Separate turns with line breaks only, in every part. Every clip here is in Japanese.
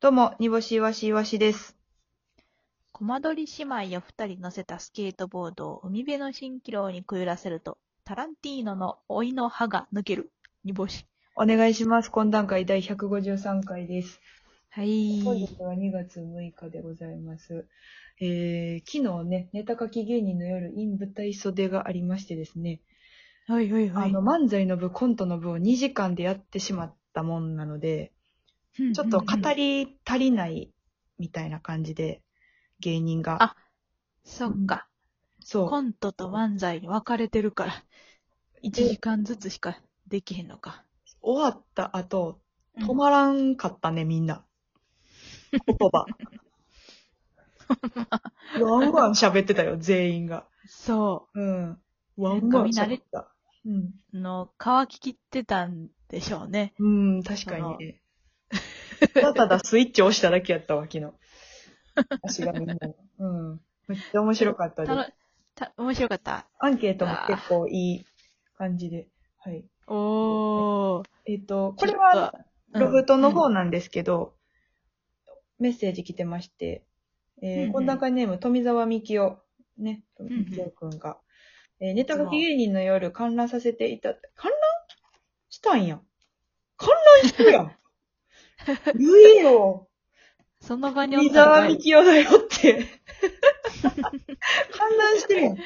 どうも、煮干しいわしいわしです。
コマ撮り姉妹を二人乗せたスケートボードを海辺の蜃気楼にくゆらせると、タランティーノの老いの歯が抜ける。煮干し。
お願いします。懇談会第153回です。
はい。
本日は2月6日でございます。えー、昨日ね、ネタ書き芸人の夜、イン舞台袖がありましてですね、
はいはいは
あ
い
の、。漫才の部、コントの部を2時間でやってしまったもんなので、ちょっと語
り。
り足りないみたいな感じで、芸人が。
あそっか。
そ
コ
う。
ントと漫才に分かれてるから、1時間ずつしかできへんのか。
終わった後、止まらんかったね、みんな。言 葉。ワンワン喋ってたよ、全員が。
そ
うん。ワンワン
なんかみんな
喋
ね
った。うん。
う。の、乾ききってたんでしょうね。
うん、確かにね。ただただスイッチ押しただけやったわ、昨日。足がみんなの。うん。めっちゃ面白かったで
たの
す。
た、面白かった。
アンケートも結構いい感じで。はい。
おー。
えっ、と、これ
ちょっ
は
と、
ロフトの方
うん
なんですけど、メッセージ来てまして、え
うんう
ー、
ん
こんなネーム、富澤美樹夫、ね、
んうん
美樹夫くんが、えーネタ書き芸人の夜観覧させていた、観覧したんや。観覧してるや ん。言えよ。
その場におっ
富
たの
澤
が
美樹夫だよっ て。観覧してるやん。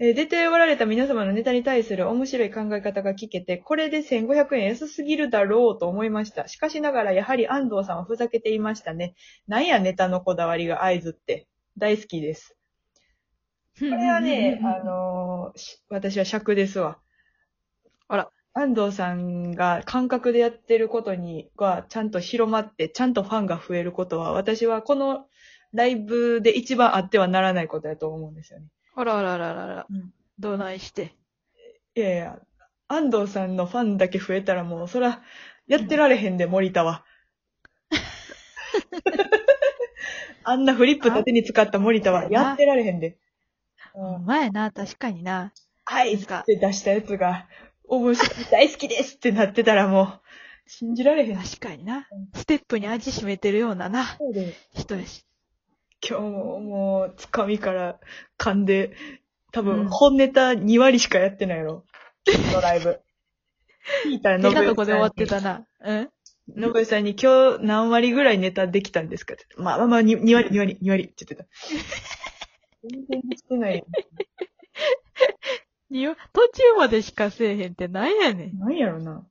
えー出ておられた皆様のネタに対する面白い考え方が聞けて、これで1500円安すぎるだろうと思いました。しかしながら、やはり安藤さんはふざけていましたね。なんやネタのこだわりが合図って。大好きです。これはね、あ、のーし私は尺ですわ。
あら。
安藤さんが感覚でやってることに、がちゃんと広まって、ちゃんとファンが増えることは、私はこのライブで一番あってはならないことだと思うんですよね。
あらあらあらあらあら
うん、
どないして。
いやいや、安藤さんのファンだけ増えたらもう、そら、やってられへんで、森田 は。あんなフリップ縦に使った森田は、やってられへんで。
お
うん、
前な、確かにな。
はいっつって出したやつ が、面白い、大好きですってなってたらもう、信じられへんし。
確かにな
うん。
ステップに味しめてるようなな、
そうで
人やし。
今日ももう、つかみから噛んで、多
う
分、
ん
本ネタ2割しかやってないやろ。のライブ。聞いたら
変
信
な
代
とこで終わって
さんに
たな。うん
のぶさんに今日何割ぐらいネタできたんですかって言ってまあまあまあ、2, 割、2割、2割って言って た。全然してない。
にわ途中までしかせえへんってなんやねん。
なんやろ な。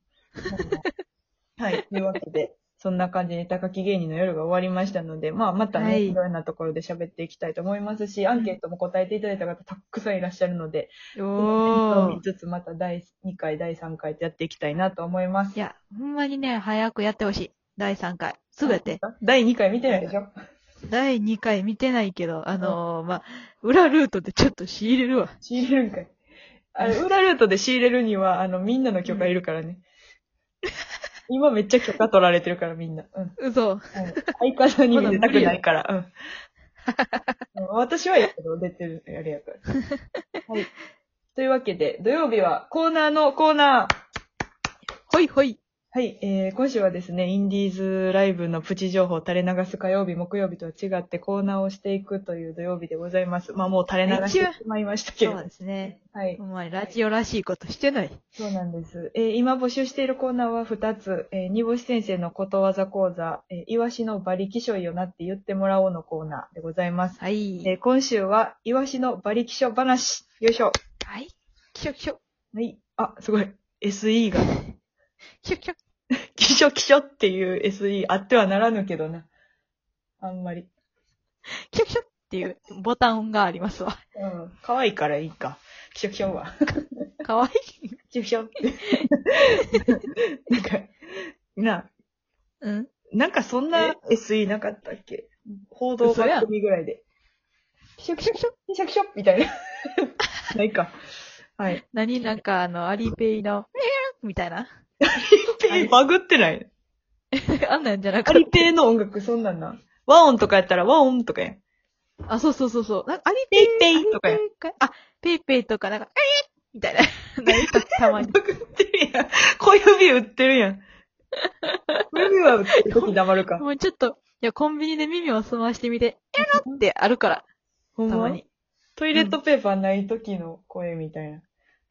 はい。というわけで、そんな感じでネタ書き芸人の夜が終わりましたので、まあまたね、、
はいい
ろんなところで喋っていきたいと思いますし、アンケートも答えていただいた方たくさんいらっしゃるので、
おー
見。つつまた第2回、第3回とやっていきたいなと思います
い。や、ほんまにね、早くやってほしい。第3回。すべて。
第2回見てないでしょ
第2回見てないけど、あのー、まあ、裏ルートでちょっと仕入れるわ。
仕入れるんかい。あれ、裏ルートで仕入れるには、あの、みんなの許可いるからね。今めっちゃ許可取られてるから、みんな。うん。
嘘。
うん、相方に見せたくないから。うん。うん 私はやけど、出てる、あれやから。 はい。というわけで、土曜日はコーナーのコーナー。
ほいほい。
はい、えー、今週はですね、インディーズライブのプチ情報を垂れ流す火曜日、木曜日とは違ってコーナーをしていくという土曜日でございます。まあもう垂れ流してしまいましたけれ
そう
ど。
ですね。
はい
ほ。んまにラジオらしいことしてない。
そうなんです。えー今募集しているコーナーは2つ。えー、煮干し先生のことわざ講座、えー、イワシの馬力書いよなって言ってもらおうのコーナーでございます。
はい。
えー今週は、イワシの馬力書話。よいしょ。
はい。きしょきしょ。
はい。あ、すごい。SE が、
きしょきしょ。
キショキショっていう SE あってはならぬけどな。あんまり。
キショキショっていうボタンがありま すわ。
うん。可愛いからいいか。キショキショは。
かわいい。
キショキショって。 なんか、な、
うん。
なんかそんな SE なかったっけ報道番組ぐらいで。キショキショキショキショキショみたいな。 ないか。はい。
何なんかあの、アリペイの、 えーみたいな。
ペイバグってない。
あんなんじゃな
ア
く
リ
て。
ペイの音楽そんなんな。和音とかやったら和音とかやん。
あ、そうそうそうそう。なんかアリ
ペイペイとか
ペ
やん。
イか。あ、ペイペイとかなんか、 えーみたいな。 何かたまに。
バグってる やん。小指打ってるやん。小指は打ってる時黙るか。
もうちょっと、や、コンビニで耳を澄ましてみて、えらってあるから、
ほ
た
ん
ま
ま
に。
トイレットペーパーない時の声みたい な。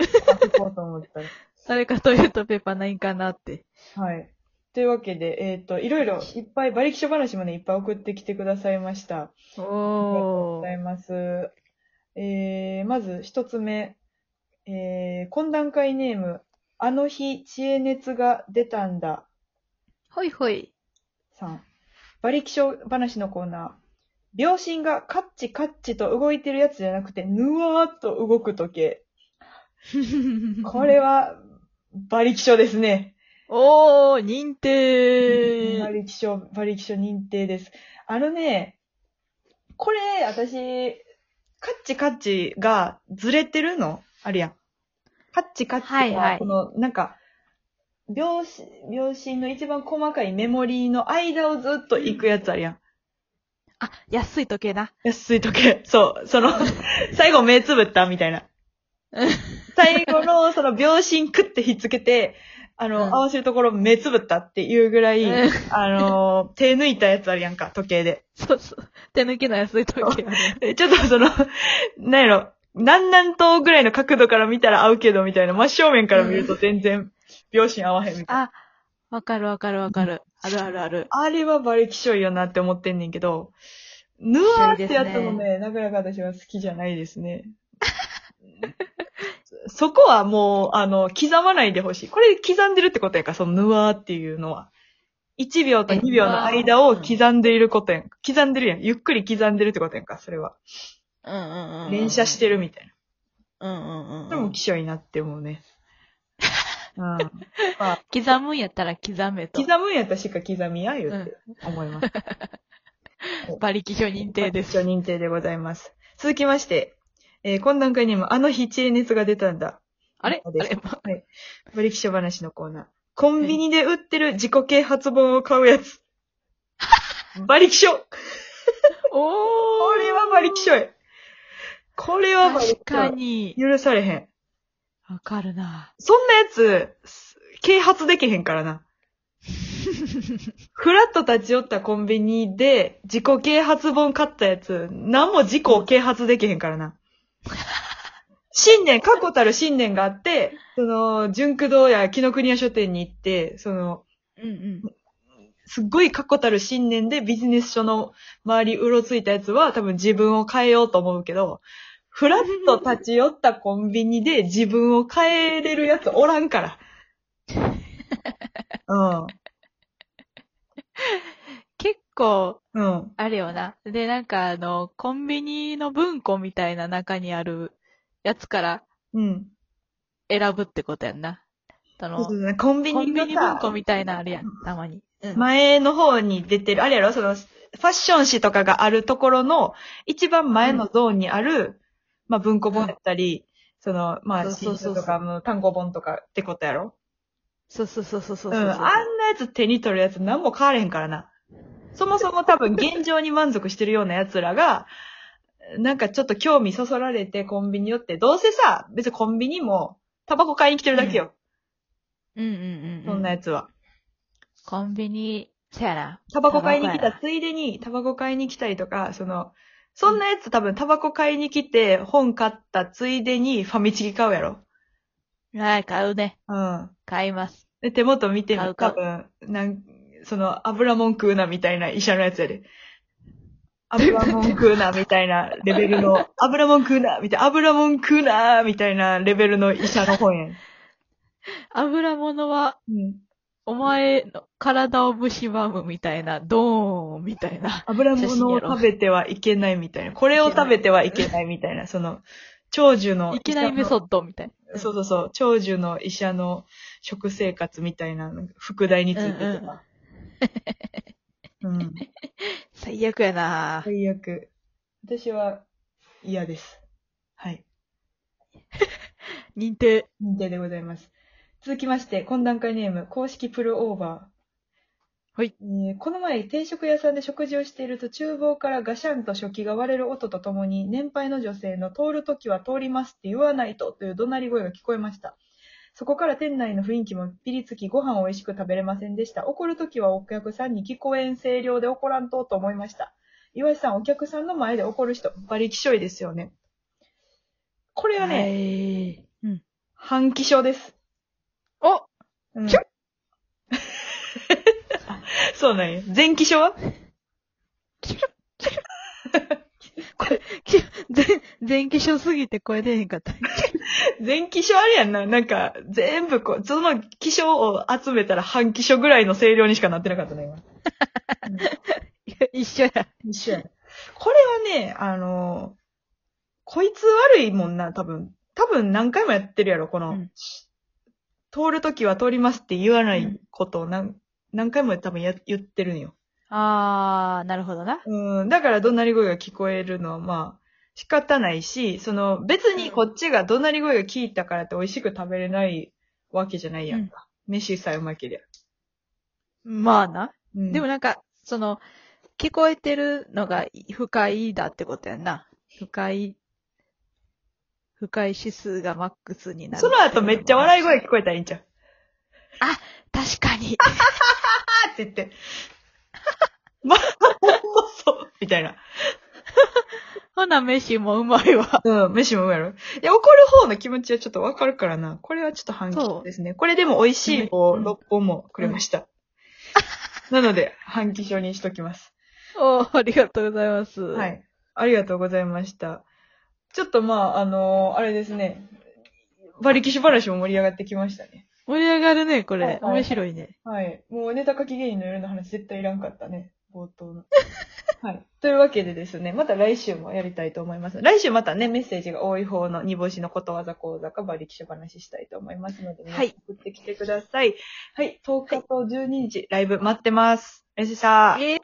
あ、聞こうと思ったら。
誰かトイレットペーパーないんかなって。
はい。というわけで、えっ、と、いろいろいっぱい、馬力書話もね、いっぱい送ってきてくださいました。ご
お
ざ
ー。
います。えー、まず一つ目。えー、懇談会ネーム、あの日、知恵熱が出たんだ、
ほいほい。
さん。馬力書話のコーナー。秒針がカッチカッチと動いてるやつじゃなくて、ぬわーっと動く時計。これ
は。
は、馬力書ですね。
おー、認
馬
定。
力書、馬力書認定です。あのね、これ、私、カッチカッチがずれてるのあるやん。カッチカッチ
はいはい
この、なんか、秒針、秒針の一番細かいメモリーの間をずっと行くやつあるやん。
あ、安い時計な。
安い時計。そう、 その、最後目つぶったみたいな
うん。
最後の、その秒針クッてひっつけて、あの、
うん
合わせるところ目つぶったっていうぐらい、
うん
あの、手抜いたやつあるやんか、時計で。
そうそう。手抜きの安い時計。
えちょっとその、なんやろ、南南東ぐらいの角度から見たら合うけど、みたいな、真正面から見ると全然、秒針合わへんみたいな。
あ、わかるわかるわかる。あるあるある。
あれは馬力強いよなって思ってんねんけど、ヌアーってやつもね、なかなか私は好きじゃないですね。 そこはもう、あの、刻まないでほしい。これ刻んでるってことやから、そのヌアーっていうのは。1秒と2秒の間を刻んでいることやん。刻んでるやん。ゆっくり刻んでるってことやんか、それは。
うんうんうん。
連射して
る。
るみたいな。
うんうんうんうん。
それも気象いなって思うね。うん。
刻むんやったら刻めと。
刻むんやったらしか刻みや、言って思います。
馬力書認定で
一
す。
応認定でございます。続きまして、えー、懇談会にもあの日知恵熱が出たんだ。
あれ
そ
あ
うです
れま
ブリキショ話のコーナー。コンビニで売ってる自己啓発本を買うや つ。馬力書こ
おー
れは馬力書や。これは馬力
確かに。
書。許されへん。
わかるな。
そんなやつ、す啓発できへんからな。ふらっと立ち寄ったコンビニで自己啓発本買ったやつ、何も自己を啓発できへんからな。信念、確固たる信念があって、その、純駆堂や紀ノ国屋書店に行って、その、
うんうん。
すっごい確固たる信念でビジネス書の周りうろついたやつは多分自分を変えようと思うけど、ふらっと立ち寄ったコンビニで自分を変えれるやつおらんから。
結構、
うん。うん。
あれよな。で、なんかあの、コンビニの文庫みたいな中にあるやつから
うん。
選ぶってことやんな。あの、
そうそ
コ
うそうコンビニ
ン
の
ビ
さ
ニ文庫みたいなあるやん、たまに。うん。
前の方に出てる、あれやろその、ファッション誌とかがあるところの、一番前のゾーンにある、まあ文庫本やったり、その、ま
そ
あ、
うそ
新
うそ
書
う
とかの単語本とかってことやろ
そうそうそうそうそう
う
そ
ん。
う。
あんなやつ手に取るやつ何も変われへんからな。そもそも多分現状に満足してるような奴らが、なんかちょっと興味そそられてコンビニ寄って、どうせさ、別にコンビニも、タバコ買いに来てるだけよ。
うんうんうん。
そんなやつは。
コンビニ、せやな。
タバコ買いに来
タバ
た
コ
つ
やな
いでに、タバコ買いに来たりとか、その、そんなやつ多分タバコ買いに来て、本買ったついでにファミチキ買うやろ。
はい、買うね。
うん。
買います。
で、手元見て
買
も
う買
多
う
分、なん、その、油もん食うなみたいな医者のやつやで。油もん食うなみたいなレベル の、油もん食うなみたいな、油もん食うなみたいなレベルの医者の本やん。
油物は、
うん。
お前の体を蝕むみたいな、ドーンみたい な。
油物を
写真やろ
食べてはいけないみたいな、これを食べてはいけないみたいな、その、長寿の
い
医
き
者
な
の
りメソッドみたいな。
そうそうそう、長寿の医者の食生活みたいな、副題についてとか。うん。
最悪やな
最悪。私は嫌です。はい。
認定。
認定でございます。続きまして、懇談会ネーム、公式プルオーバー。
はい
えーこの前、定食屋さんで食事をしていると、厨房からガシャンと食器が割れる音とともに、年配の女性の通るときは通りますって言わないとという怒鳴り声が聞こえました。そこから店内の雰囲気もピリつき、ご飯を美味しく食べれませんでした。怒るときはお客さんに聞こえん声量で怒らんとと思いました。岩井さん、お客さんの前で怒る人、馬力症ですよね。これはね、
ね。うん。
反気症です。
お
うん
キュッ
そうなんや。前気症は
き全、全化粧すぎて声出えへんかった。
前気症あれやんな。なんか、全部こう、その気象を集めたら半気象ぐらいの声量にしかなってなかったね、 今。
一緒や。
一緒や。これはね、あの、こいつ悪いもんな、多分。多分何回もやってるやろ、この、
うん
通るときは通りますって言わな
う
い
ん
ことを何,、何回も多分や言ってるんよ。
あー、なるほどな。
うん、だから怒鳴り声が聞こえるのはまあ、仕方ないし、その別にこっちが怒鳴り声が聞いたからって美味しく食べれないわけじゃないやんか。飯さえうまけりゃ。
まあな。
うん、
でもなんか、その、聞こえてるのが不快だってことやんな。不快、不快指数がマックスになる。
その後めっちゃ笑い声聞こえたらいいんちゃう
確かに。
あーって言 って。まあ、ほんまそう。みたいな。
ほな、飯もうま いわ。
うん、飯もうまいやろ。いや、怒る方の気持ちはちょっとわかるからな。これはちょっと反
そ
響
う
ですね。これでも美味しい棒
うん
6本もくれました。なので、反響症にしときます。
お ー、ありがとうございます。
は。い。ありがとうございました。ちょっとまあ、あのーあれですね。馬力士話も盛り上がってきましたね。
盛り上がるね、こ
はい
れ。
はい
面白いね。
はい。もうネタ書き芸人の夜の話絶対いらんかったね。冒頭 の。はい。というわけでですね、また来週もやりたいと思います。来週またね、メッセージが多い方の煮干しのことわざ講座か馬力書話したいと思いますので、皆さん
はい
送ってきてください。はい。10日と12日、ライブ待ってます。よしさー。
えー